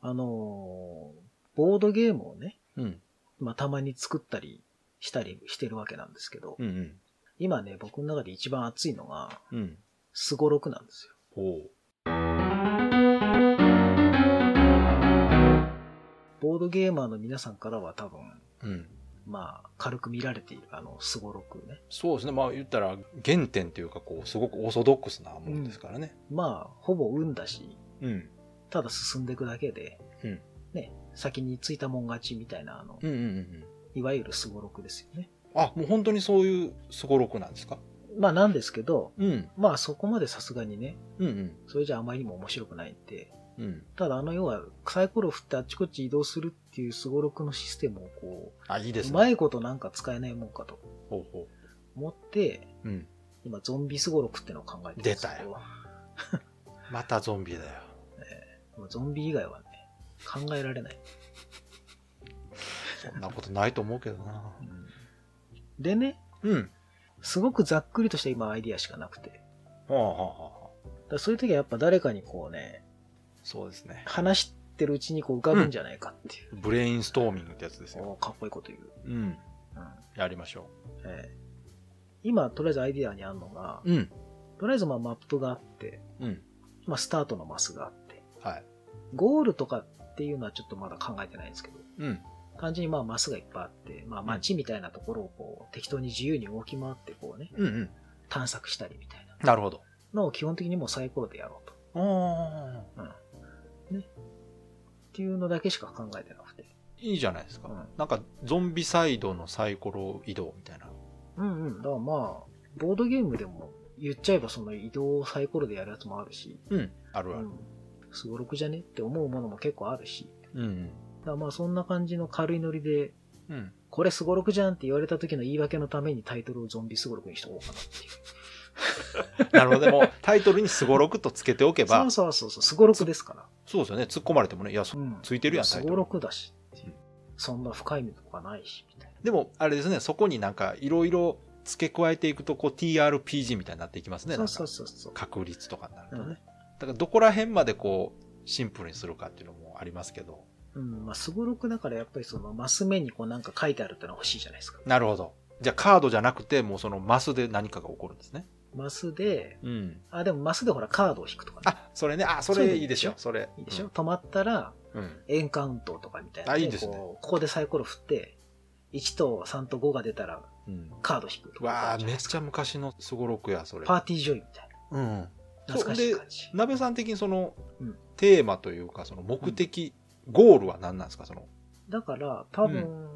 あのーボードゲームをね、うん。まあ、たまに作ったりしたりしてるわけなんですけど、うんうん。今ね、僕の中で一番熱いのが、うん。スゴロクなんですよ。ほボードゲーマーの皆さんからは多分、う。うん。まあ、軽く見られている、あの、スゴロクね。そうですね。まあ言ったら原点というか、こう、すごくオーソドックスなものですからね。まあ、ほぼ運だし、うん。ただ進んでいくだけで、うんね、先についたもん勝ちみたいな、あの、うんうんうんうん。いわゆるスゴロクですよね。あ、もう本当にそういうすごろくなんですかまあ、なんですけど、うん。まあ、そこまでさすがにね、うんうん。それじゃあまりにも面白くないんで、うん。ただあの要は、サイコロ振ってあっちこっち移動するっていうスゴロクのシステムをこ、あ、いいうですうね。まいことなんか使えないもんかとほうほ思って、う。うん。今、ゾンビスゴロクってのを考えてるんですけ出たど、またゾンビだよ。もうゾンビ以外はね、考えられない。そんなことないと思うけどな。でね、うん。すごくざっくりとした今アイディアしかなくて、だかはあはあはあ。らそういう時はやっぱ誰かにこうね、そうですね。話してるうちにこう浮かぶんじゃないかっていう、ブレインストーミングってやつですよ。おーかっこいいこと言う。うん。うんやりましょええ今、とりあえずアイディアにあるのが、う。うん。とりあえずまあマップがあって、うん。まあ、スタートのマスがあって、はい。ゴールとかっていうのはちょっとまだ考えてないんですけど、うん。単純にまあマスがいっぱいあって、まあ街みたいなところをこう適当に自由に動き回ってこうね、うんうん。探索したりみたいななるほど。のを基本的にもうサイコロでやろうと。ああ。っていうのだけしか考えてなくて。いいじゃないですか。うんなんか、ゾンビサイドのサイコロ移動みたいな。うんうん。だからまあ、ボードゲームでも言っちゃえばその移動をサイコロでやるやつもあるし、うん。あるうある。ん。すごろくじゃねって思うものも結構あるし、うん。だからまあそんな感じの軽いノリで、うん。これすごろくじゃんって言われた時の言い訳のためにタイトルをゾンビすごろくにしとこうかなっていう。なるほど。でも、タイトルにすごろくとつけておけば、そうそうそうそう、すごろくですから。そうですよね。突っ込まれてもね、いや、そうんついてるやんタすイトルごろくだしっていううんそんな深い意味とかないし、みたいでも、あれですね、そこになんか、いろいろ付け加えていくと、こう、TRPG みたいになっていきますな。ね。そなんうかそうそうそう。確率とかになるとね。うんだから、どこら辺までこう、シンプルにするかっていうのもありますけど。うん、まあ、すごろくだからやっぱりそのマス目にこうなんか書いてあるってのは欲しいじゃないですか。なるほど。じゃあ、カードじゃなくて、もうそのマスで何かが起こるんですね。マスで、うん。あ、でもマスでほらカードを引くとかね。あ、それね、あ、そそれれでいいでしょ、それ。いいでしょ、止まったら、うんうん。エンカウントとかみたいな、あいいですねこう。ここでサイコロ振って、1と3と5が出たらうん。カード引くとか。わあめっちゃ昔のすごろくやそれパーティージョイみたいうんな。懐かしい感じ。鍋さん的にその、うんテーマというかその目的、ゴールは何なんですかそのだから、多分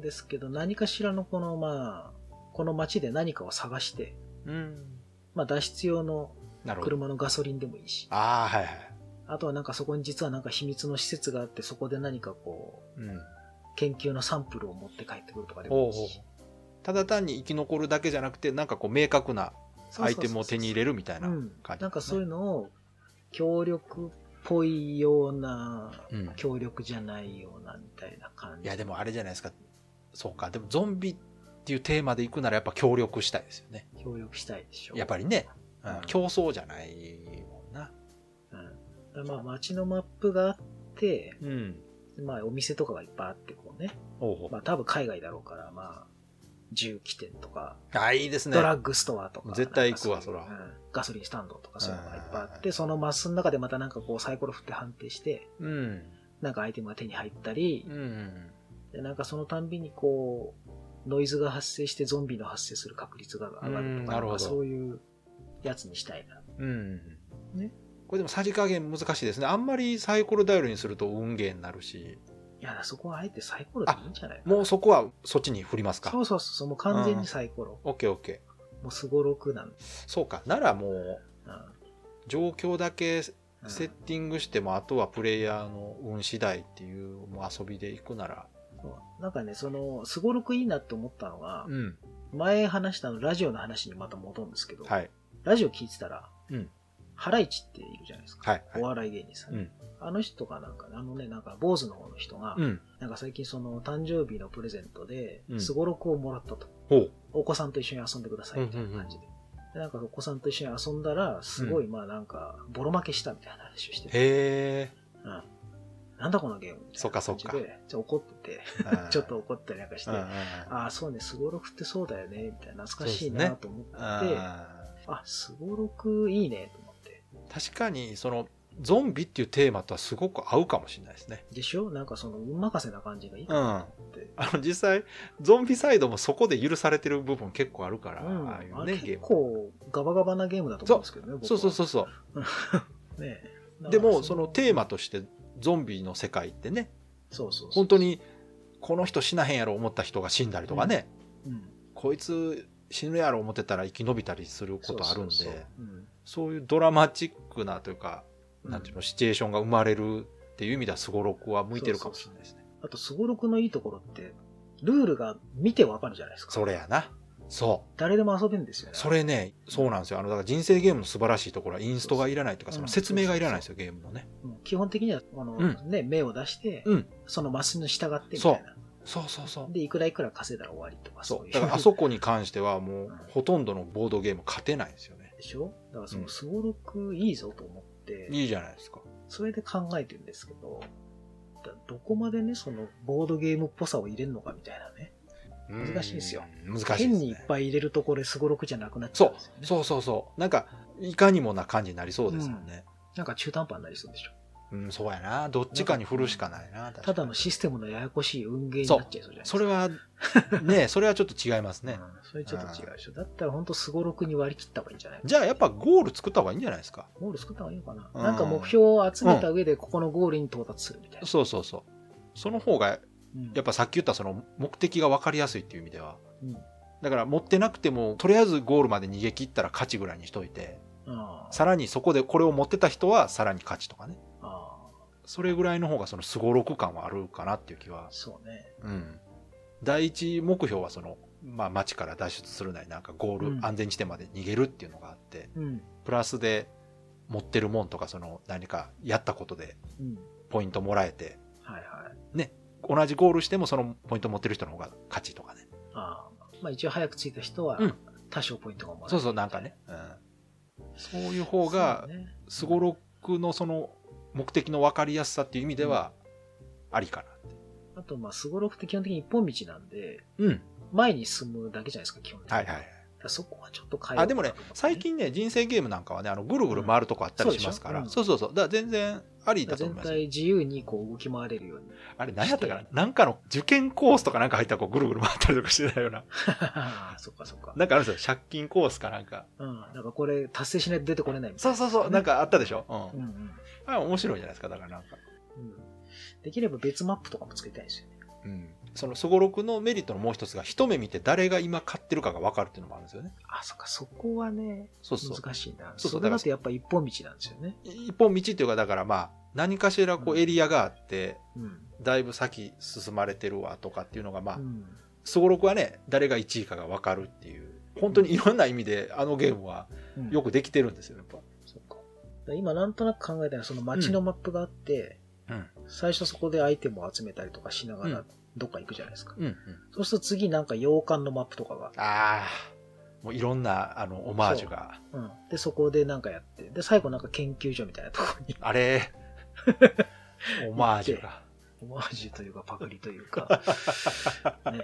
ですけど、何かしらのこの、まあ、この街で何かを探して、うんまあ、脱出用のなるほど車のガソリンでもいいし、ああはいはいあとはなんかそこに実はなんか秘密の施設があって、そこで何かこう、うん研究のサンプルを持って帰ってくるとかでもいほういほうし、ただ単に生き残るだけじゃなくてなんかこう明確なアイテムを手に入れれるみたいなうん、感じなんかそういううのを、協力っぽいような、の、うん、協力じゃないようなみたいな感いじ。やでもあれじゃないですかそうかでもゾンビっていうテーマでいくならやっぱ協力したいですよね協力したいでしょ。やっぱりね、ううんん、競争じゃないもんなうん。だからまあ街のマップがあって、うんまあお店とかがいっぱいあってこうね。ほうほう、まあ多分海外だろうから、まあ、銃器店とか、ああいいですねドラッグストアとか。絶対行くわなんかそういうそらうんガソリンスタンドとかそういうのがいっぱいあうんうんっうんて、そのマスの中でまたなんかこうサイコロ振って判定して、うんなんかアイテムが手に入ったりう、んでなんかそのたんびにこう、ノイズが発生してゾンビの発生する確率が上がうるんとか、なるほどんかそういうやつにしたいな。うんねこれでもさじ加減難しいですねあんまりサイコロ頼りにすると運ゲーになるしいや、そこはあえてサイコロでいいんじゃないかなもうそこはそっちに振りますかそうそうそうそう、もう完全にサイコロ。オッケーオッケもうすごろくなんで。ーそうかならもううん状況だけセうんッティングしても、あとはプレイヤーの運次第っていうもう遊びでいくならそうなんかね、その、すごろくいいなって思ったのが、ん前話したあの、ラジオの話にまた戻るんですけど、はいラジオ聞いてたら、うんハライチっているじゃないですか。はいおはい笑い芸人さん、うんあの人がなんか、あのね、なんか、坊主の方の人が、うんなんか最近その、誕生日のプレゼントでう、んすごろくをもらったと、ほうお子さんと一緒に遊んでくださいみたいな感じで。でなんかお子さんと一緒に遊んだら、すごい、まあなんか、ボロ負けしたみたいな話をしてて、へえうんなんだこのゲームみたいそっかなそ感っじかで、ちょっと怒ってて、 うんちょっと怒ったりなんかして、うんうんああ、そうね、スゴロクってそうだよね、みたいな、懐かしいそうですなねと思って、うんあ、スゴロクいいね、と思って。確かにそのゾンビっていうテーマとはすごく合うかもしれないですねでしょなんかその、運任せな感じがいいかうんなあと思って。の実際ゾンビサイドもそこで許されてる部分結構あるから、うん、ああいうあねれゲ結ーム構ガバガバなゲームだと思うんですけどね、僕はそうそうそうそうねえだからでもそのテーマとしてゾンビの世界ってねそうそうそう本当にこの人死なへんやろ思った人が死んだりとかね、うんこいつ死ぬやろ思ってたら生き延びたりするこそうとあるんでそそううそううんいうドラマチックなというか、うんなんていうのシチュエーションが生まれるっていう意味ではすごろくは向いてるかもしれないですねあと、スゴロクのいいところって、ルールが見てわかるじゃないですか。それやなそう誰でも遊べるんですよね。それねそうなんですよあのだから人生ゲームの素晴らしいところはインストがいらないというかそうそそうの説明がいらないんですよゲームのねうん基本的には、あの、うんね、目を出して、うんそのマスに従ってみたいな。そうそうそうで、いくらいくら稼いだら終わりとか、そそうういう。だからあそこに関してはもううんほとんどのボードゲーム勝てないんですよねでしょだからそうのんスゴロクいいぞと思って、いいじゃないですかそれで考えてるんですけど、だどこまでね、そのボードゲームっぽさを入れるのかみたいなね。難しいですようん難しいです、ね、変にいっぱい入れるところでスゴロクじゃなくなっちゃうそんですよね。うそうそうそうなんかいかにもな感じになりそうですよねなんか中途半端になりそうでしょ。うん、そうやなどっちかに振るしかないな確かたにだのシステムのややこしい運ゲーになっちゃいそうじゃないですかそれはねそれはちょっと違いますね、うんそれちょっと違うでしょ。だったら本当スゴロクに割り切った方がいいんじゃないじゃあやっぱゴール作った方がいいんじゃないですかゴール作った方がいいのかな、うんなんか目標を集めた上でここのゴールに到達するみたいな。そうそうそうその方がうんやっぱさっき言ったその目的が分かりやすいっていう意味ではうんだから持ってなくてもとりあえずゴールまで逃げ切ったら勝ちぐらいにしといてああさらにそこでこれを持ってた人はさらに勝ちとかねああそれぐらいの方がそのすごろく感はあるかなっていう気はそうね。うん、第一目標はその、まあ、町から脱出するなりなんかゴール、うん安全地点まで逃げるっていうのがあってうん。プラスで持ってるもんとかその何かやったことでうん。ポイントもらえてはいはい。同じゴールしてもそのポイント持ってる人の方が勝ちとかねああまあ一応早く着いた人はうん多少ポイントがもらえるそうそうなんかね、うん、そういう方そがうねすごろくのその目的の分かりやすさっていう意味ではありかなってあとまあスゴロクって基本的に一本道なんで、うん前に進むだけじゃないですか、基本的に。はいはいはいだからそこはちょっと変えようあでもねかなと思って最近ね人生ゲームなんかはねあのぐるぐる回るとこあったりしますから、うんそうそうそうだから全然ありだと全思います体自由にこう動き回れる ように。あれ何やったかなしてなんかの受験コースとかなんか入ったらこうぐるぐる回ったりとかしてたようなそっかそっか。なんかあるんですよ借金コースかなんかうん。なんかこれ達成しないと出てこれないみたいそうそうそうなんかあったでしょ、な。うんうんうん。あ面白いじゃないですかだからなんか、うんできれば別マップとかも作りたいですよね。うん、そのすごろくのメリットのもう一つが一目見て誰が今買ってるかが分かるっていうのもあるんですよねあ、そっか、そこはね、そうそう難しいな。そうそうそれだとやっぱ一本道なんですよね。一本道っていうかだからまあ何かしらこうエリアがあってうん。だいぶ先進まれてるわとかっていうのがまあうんすごろくはね誰が1位かが分かるっていう本当にいろんな意味であのゲームはうん。よくできてるんですよやっそっか。だから今なんとなく考えたら、その街のマップがあって、ぱうん最初そこでアイテムを集めたりとかしながうらん、どっか行くじゃないですか。うんうんそうすると次なんか洋館のマップとかが、ああもういろんなあのオマージュがうん。で、そこでなんかやって、で、最後なんか研究所みたいなとこに、あ れオマージュがオマージュというかパクリという か、ね、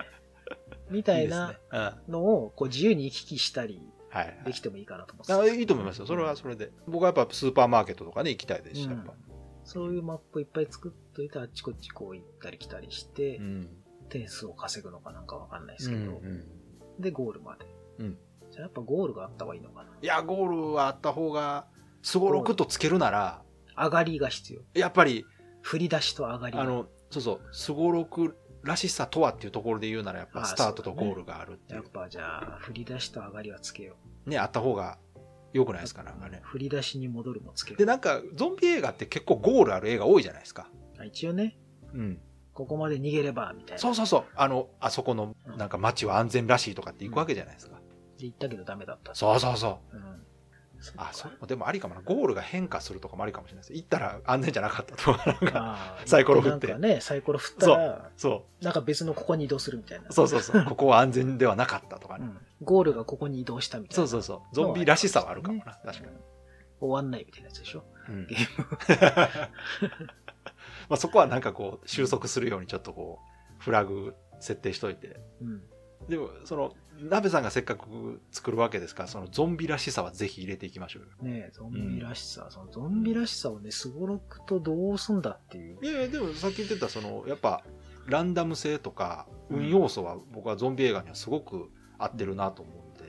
みたいですなねうんはのをこう自由に行き来したりいはでいきてもいいかなと思ってあいいと思いますよそれはそれで僕はやっぱスーパーマーケットとかね行きたいですしやっぱそういうマップいっぱい作っといてあっちこっちこう行ったり来たりして、うん点数を稼ぐのかなんかわかんないですうけんど、うんで、ゴールまで。うんじゃあやっぱゴールがあった方がいいのかな。いや、ゴールはあった方が、すごろくとつけるなら、上がりが必要。やっぱり、振り出しと上がり。あの、そうそう、すごろくらしさとはっていうところで言うなら、やっぱあースタートとそうだねゴールがあるっていやうっ、ぱじゃあ、振り出しと上がりはつけよう。ね、あった方が良くないですか、なんかね。振り出しに戻るもつけよで、なんか、ゾンビ映画って結構ゴールある映画多いじゃないですか。う。あ一応ね、うん。ここまで逃げれば、みたいな。そうそうそう、あの、あそこの、なんか街は安全らしいとかって行くわけじゃないですか。で行ったけどダメだった。そうそうそう。うん。そっかあ、それもでもありかもな。ゴールが変化するとかもありかもしれないです。行ったら安全じゃなかっ たとか、なんか。 あーサイコロ振ってなんかね、サイコロ振ったら、そなんか別のここに移動するみたいな。う。そうそう そう。ここは安全ではなかったとかねう。ん。ゴールがここに移動したみたいな。そうそうそう。ゾンビらしさはあるかもな。確に。か終わんないみたいなやつでしょ。に。うんゲーム。 まあそこはなんかこう、収束するようにちょっとこう、フラグ設定しといて。うん。でも、その、鍋さんがせっかく作るわけですから、そのゾンビらしさはぜひ入れていきましょうよ。ねえ、ゾンビらしさ、そのゾンビらしさをね、すごろくとどうすんだっていう。いやいや、でもさっき言ってた、その、やっぱ、ランダム性とか、うん運要素は僕はゾンビ映画にはすごく合ってるなと思うんで、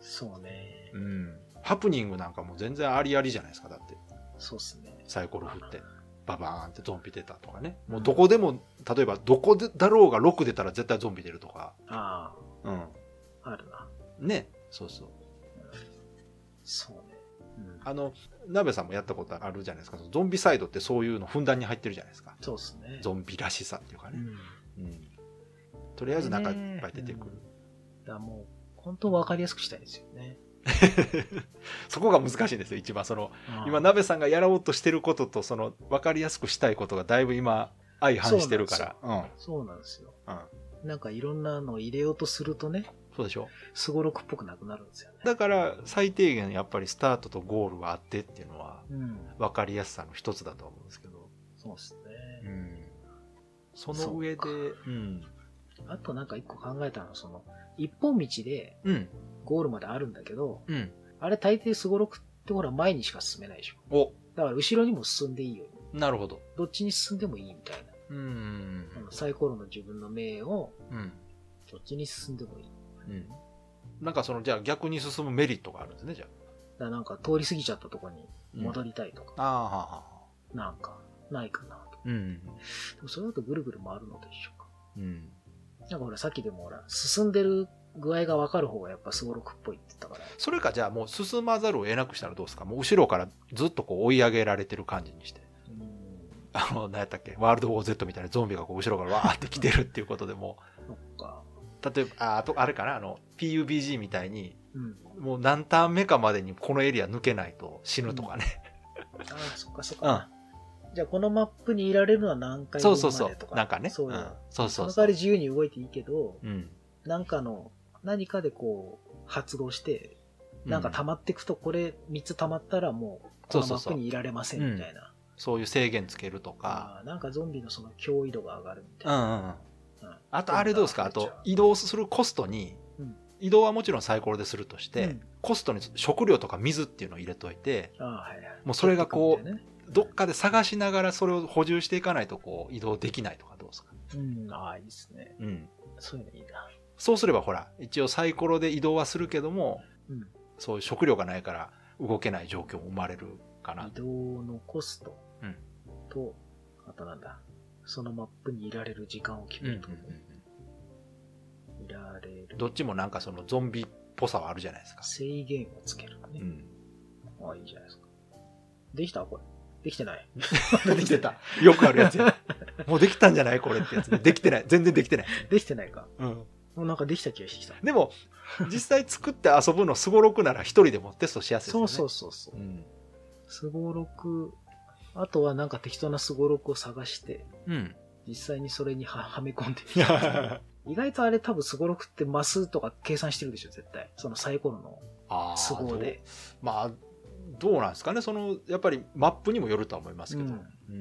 そうね。うん。ハプニングなんかも全然ありありじゃないですか、だって。そうっすね。サイコロ振って、ババーンってゾンビ出たとかね。もうどこでも、例えばどこでだろうが6出たら絶対ゾンビ出るとか。あうん。あ、あるな。ね。そうそう。そうね。うん。あの、鍋さんもやったことあるじゃないですか。そのゾンビサイドってそういうのふんだんに入ってるじゃないですか。そうっすね。ゾンビらしさっていうかうね。ん。うん。とりあえずなんかいっぱい出てくる。だからもう、本当分かりやすくしたいですよね。そこが難しいんですよ、一番。その、うん今、鍋さんがやろうとしてることと、その、分かりやすくしたいことがだいぶ今、相反してるから。うんそうなんですよ。うん。なんかいろんなのを入れようとするとね、そうでしょすごろくっぽくなくなるんですよね。だから、最低限やっぱりスタートとゴールはあってっていうのは、うん。分かりやすさの一つだとは思うんですけど。そうっすうね。ん。その上で、そううん。あとなんか一個考えたのは、その、一本道でうん。ゴールまであるんだけど、うん。あれ大抵すごろくってほら前にしか進めないでしょ。お、だから後ろにも進んでいいよ。なるほど。どっちに進んでもいいみたいな。うん。あのサイコロの自分の命をうん。どっちに進んでもいい。うん。なんかその、じゃあ逆に進むメリットがあるんですね、じゃあ。だからなんか通り過ぎちゃったとこに戻り。りたいとか、ああ、はあはあ。なんかないかなと。うん。でもそれだとぐるぐる回るのと一緒か。うん。なんかほらさっきでもほら、進んでる具合がわかる方がやっぱすごろくっぽいって言ったから。それかじゃあもう進まざるを得なくしたらどうですかもう後ろからずっとこう追い上げられてる感じにして。 うん。あの、何やったっけワールドウォー Z みたいなゾンビがこう後ろからわーって来てるっていうことでも そっか。う、例えば、ああと、あれかなあの、PUBG みたいに、うん。もう何ターン目かまでにこのエリア抜けないと死ぬとかね。ああ、そっかそっうん。か。じゃあこのマップにいられるのは何回そ分うそうそまでうと。か。なんかね。そういううんそうそそうのそ代わう。り自由に動いていいけど、うん。なんかの、何かでこう、発動して、なんか溜まっていくと、これ3つ溜まったらもう、こそうのそマうッそプうにいられませんみたいな。そういう制限つけるとか。あーなんかゾンビのその脅威度が上がるみたういんな。うんうん。うんあと、あれどうですかあと、移動するコストにうん、移動はもちろんサイコロでするとして、うんコストに食料とか水っていうのを入れといて、あーはいはいもうそれがこう取ってどっかで探しながらそれを補充していかないとこう移動できないとかどうですか、くみたいなねうん、ああ、いいですね。うん、そういうのいいな。そうすればほら、一応サイコロで移動はするけども、うん。そういう食料がないから動けない状況も生まれるかな移。動のコストうんと、あとなんだ、そのマップにいられる時間を決めるってことねいられる。どっちもなんかそのゾンビっぽさはあるじゃないですか。制限をつけるうね。ん。ああ、いいじゃないですか。できたこれ。できてない。 できてた。よくあるや つや。もうできたんじゃないこれってやつね。できてない。全然できてない。できてないか。うん。もうなんかできた気がしてきた。でも、実際作って遊ぶのすごろくなら一人でもテストしやすいですよそね。うそうそうそうう。ん。すごろく、あとはなんか適当なすごろくを探して、うん。実際にそれには はめ込んでみる意外とあれ多分すごろくってマスとか計算してるでしょ、絶対。そのサイコロのあー都合で。まあどうなんですかねそのやっぱりマップにもよるとは思いますけど、うんうん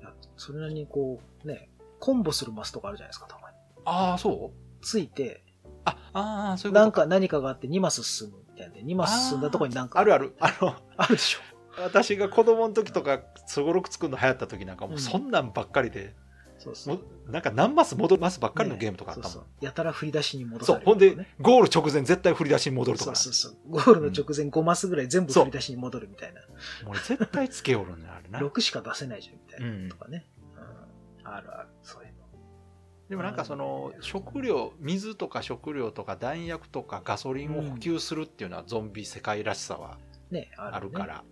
いやそれなりにこう、ね、コンボするマスとかあるじゃないですか、たまに。ああそうついて、ああーそういうなことんか何かがあって2マス進むみたいなんで、2マス進んだとこになんかあるあるあのあるでしょ。私が子供の時とかすごろく作るの流行った時なんかもううんそんなんばっかりで、そうそもう。うなんか何マス戻りますばっかりのねゲームとかあったもん、そそううそうやたら振り出しに戻されるほんでとかねゴール直前絶対振り出しに戻るとそかうなそうそう。ゴールの直前5マスぐらい全部振り出しに戻るみたいな。もう絶対つけおるんだよあれな6しか出せないじゃんみたいな、うんとかね、うん、あるあるそういうのでもなんかその食料水とか食料とか弾薬とかガソリンを補給するっていうのはゾンビ世界らしさはねある,、ね、あるから、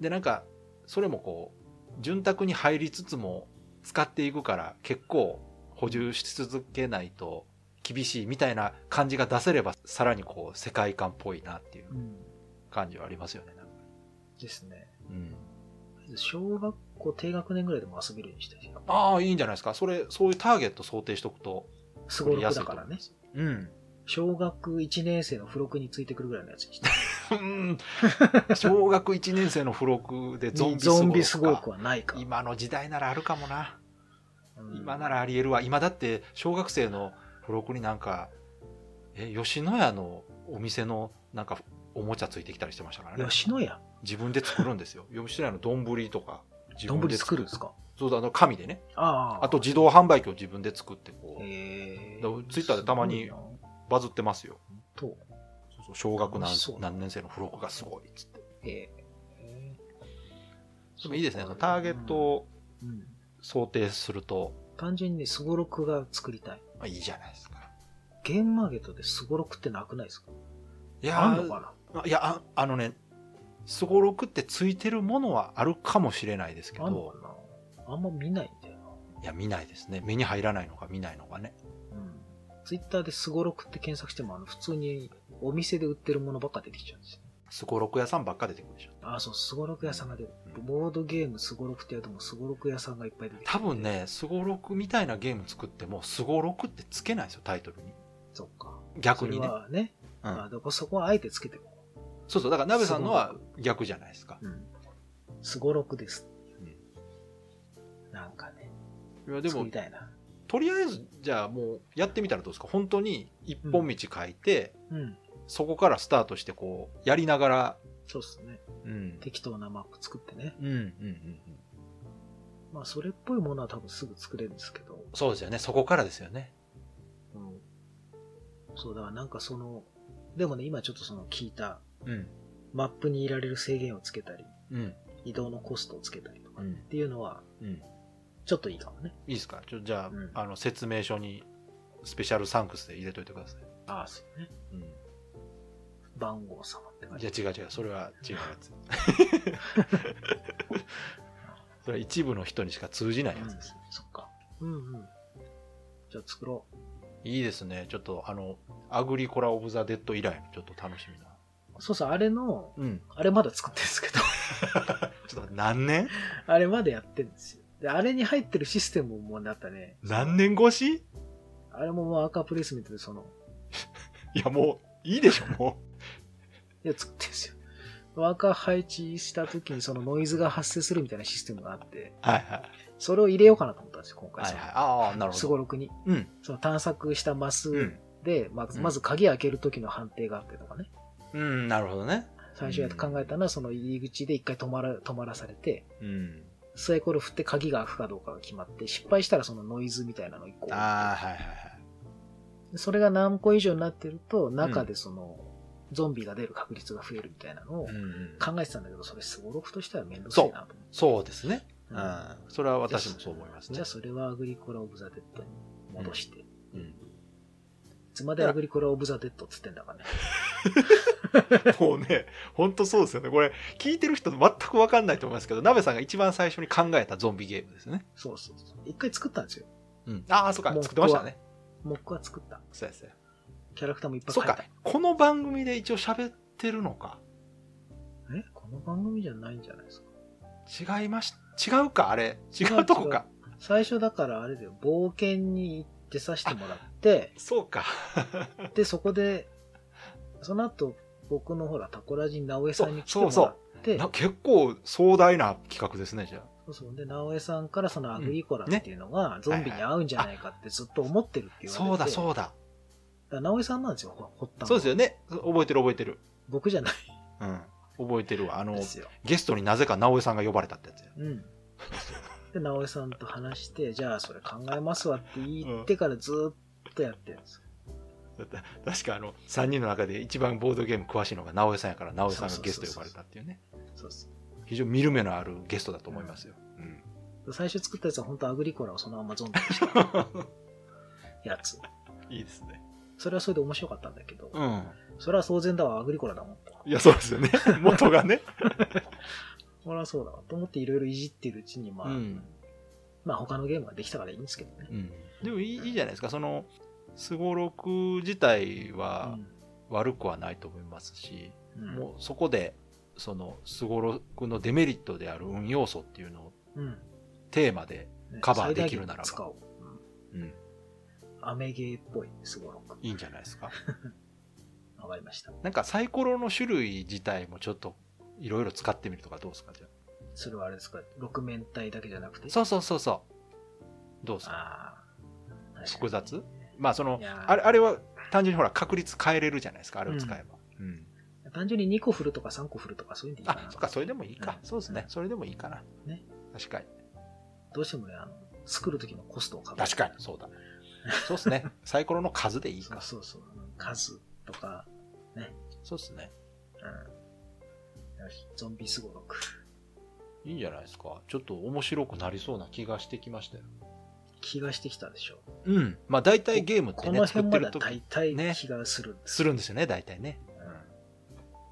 でなんかそれもこう潤沢に入りつつも使っていくから結構補充し続けないと厳しいみたいな感じが出せればさらにこう世界観っぽいなっていううん感じはありますよねなんかですねうん、小学校低学年ぐらいでも遊べるようにしてやっぱああいいんじゃないですかそれそういうターゲット想定しとくとすごろ取りやくすいだとか思らいねますうん小学1年生の付録についてくるぐらいのやつにして。うん小学1年生の付録で ゾンビすごゾろンビすごくくかはないか。今の時代ならあるかもな、うん今ならありえるわ今だって小学生の付録になんかえ吉野家のお店のなんかおもちゃついてきたりしてましたからね吉野家、自分で作るんですよ吉野家の丼とか自分丼で作るんですかそうだあの紙でねああ。あと自動販売機を自分で作ってこう、えだからツイッターでたまにバズってますよと、そうそう小学何楽しそう何年生の付録がすごいっつってえでもいいですねそのターゲットをーうん想定すると、単純にすごろくが作りたい。まあ、いいじゃないですかゲームマーケットですごろくってなくないですかいやあんーのかあいやああのねすごろくってついてるものはあるかもしれないですけなあんのどかなあんま見ないんだよいや見ないですね目に入らないのか見ないのかねな。うん。ツイッターですごろくって検索しても、あの、普通にお店で売ってるものばっか出てきちゃうんですよ。すごろく屋さんばっか出てくるでしょああ、そう、すごろく屋さんが出る。うんボードゲームすごろくってやるともうすごろく屋さんがいっぱい出てきて。多分。ねすごろくみたいなゲーム作ってもすごろくってつけないですよタイトルにそっか。逆にねそれはね。うんあだからそこはあえてつけても。そうそうだから鍋さんのは逆じゃないですかうん。すごろくです。うんなんかね。いやででもも。みたいな。とりあえずじゃあもうやってみたらどうですか本当に一本道書いて、うん。そこからスタートしてこうやりながらそうっすね。うん適当なマップ作ってね。うんうんうんうんまあ、それっぽいものは多分すぐ作れるんですけど。そうですよねそこからですよねうん。そう、だからなんかその、でもね、今ちょっとその聞いた、うんマップにいられる制限をつけたり、うん移動のコストをつけたりとかうっんていうのは、うんちょっといいかもね。いいですかちょじゃあ,、うんあの説明書にスペシャルサンクスで入れといてください、ああ、そうね。う番号様って感ん、じ。じゃあ違う違うそれは違うや つそれは一部の人にしか通じないやうんつです、そっか。うんうん。じゃあ作ろいいですねちょっとあのアグリコラ・オブ・ザ・デッド以来のちょっと楽しみなう。そうそう、あれの、うんあれまだ作ってるんですけど、 ちょっと何年あれまだやってるんですよ。で、あれに入ってるシステムもまたね、何年越しあれももうアーカープレイスメントでその、いやもういいでしょもいや、作ってんですよ。ワーカー配置した時にそのノイズが発生するみたいなシステムがあって、うはいはいそれを入れようかなと思ったんですよ、今回。はいはいああなるすほごどろくに。うんその探索したマうスんで、まずうんまず鍵開ける時の判定があってとかね。うんなるほどね最初やっ考えたのは、その入り口で一回止まら、止まらされて、うんサイコロ振って鍵が開くかどうかが決まって、失敗したらそのノイズみたいなの一個。ああはいはいはいそれが何個以上になってると、中でその、ゾンビが出る確率が増えるみたいなのをうんうん考えてたんだけど、それすごろくとしては面倒くさいなと思って。そうですね。ううんん。それは私もそう思いますじねゃあ。それはアグリコラ・オブ・ザ・デッドに戻して。いうんつまでアグリコラ・オブ・ザ・デッドっつってんだからね。 もうね、本当そうですよね。これ、聞いてる人全くわかんないと思いますけど、鍋さんが一番最初に考えたゾンビゲームですね。そうそうそう。一回作ったんですよ。うん。ああ、そうか、もう作ってましたね。モックは作った。そうですね。キャラクターもいっぱいそ書ういたか。、この番組で一応喋ってるのか。えこの番組じゃないんじゃないですか。違いまし、違うか、あれ。違うとこか。最初だからあれだよ、冒険に行ってさせてもら って、 そうか。で、そこで、その後、僕のほら、タコラジに直江さんに来てそもうそうらって、な結構壮大な企画ですね、じゃあ。そうそう。で、直江さんからそのアグリコラうんねっていうのが、ゾンビに合うんじゃないかってずっと思ってるって言われて、そうだ、うそうだ。だ。直江さんなんですよ、ほ掘ったのそうですよね。覚えてる、覚えてる。僕じゃないうん。覚えてるわ。あんので、すよ。ゲストになぜか直江さんが呼ばれたってやつや。うん。 で、直江さんと話して、じゃあそれ考えますわって言ってからずっとやってるんですよ。だって確かあの3人の中で一番ボードゲーム詳しいのが直江さんやから直江さんがゲスト呼ばれたっていうねそうそう。非常に見る目のあるゲストだと思いますよ、うん最初作ったやつは本当アグリコラをそのままゾンビにしたやつ。いいですねそれはそれで面白かったんだけど、うんそれは当然だわ、アグリコラだもん。いやそうですよね 元がねそれはそうだわ。と思っていろいろいじってるうちに、まあ、うんまあ他のゲームができたからいいんですけどね。うんでもいいいいじゃないですかそのすごろく自体は悪くはないと思いますし、うんもうそこでそのすごろくのデメリットである運要素っていうのをうん、テーマでカバーできるならば最大限使おう、うんアメゲーっぽい、すごろく。いいんじゃないですか。わかりました。なんかサイコロの種類自体もちょっといろいろ使ってみるとかどうですかじゃあそれはあれですか、六面体だけじゃなくてそうそうそうそう。どうですかああ。確か複雑まあそのにい、やーあれあれは単純にほら確率変えれるじゃないですか、あれを使えば。うん単純に2個振るとか3個振るとかそういうんでいいかなあ、そっか、それでもいいか。うんそうですね。それでもいいかな。ね確かに。どうしてもね、あの、作る時のコストを考える確かに、そうだ。そう ですね。サイコロの数でいいそうか。そうそう。数とか、そうですね。うん。よし、ゾンビすごろく。いいんじゃないですか。ちょっと面白くなりそうな気がしてきましたよ。気がしてきたでしょ。うん。まあ大体ゲームってこね、の作っ辺てまではると大体ね気がするんですするんですよね、大体ね。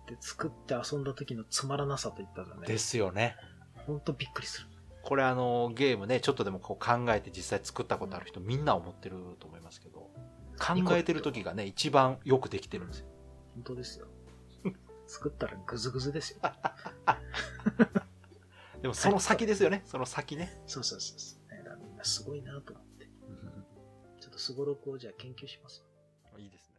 で、作って遊んだ時のつまらなさといったらねで、すよね。ほんとびっくりする。これあの、ゲームね、ちょっとでもこう考えて実際作ったことある人みんな思ってると思いますけど、考えてる時がね、一番よくできてるんですよ。本当ですよ。作ったらグズグズですよ。でもその先ですよね、その先ね。そうそうそうそう。だからみんなすごいなと思って。ちょっとすごろくをじゃあ研究します。 いいですね。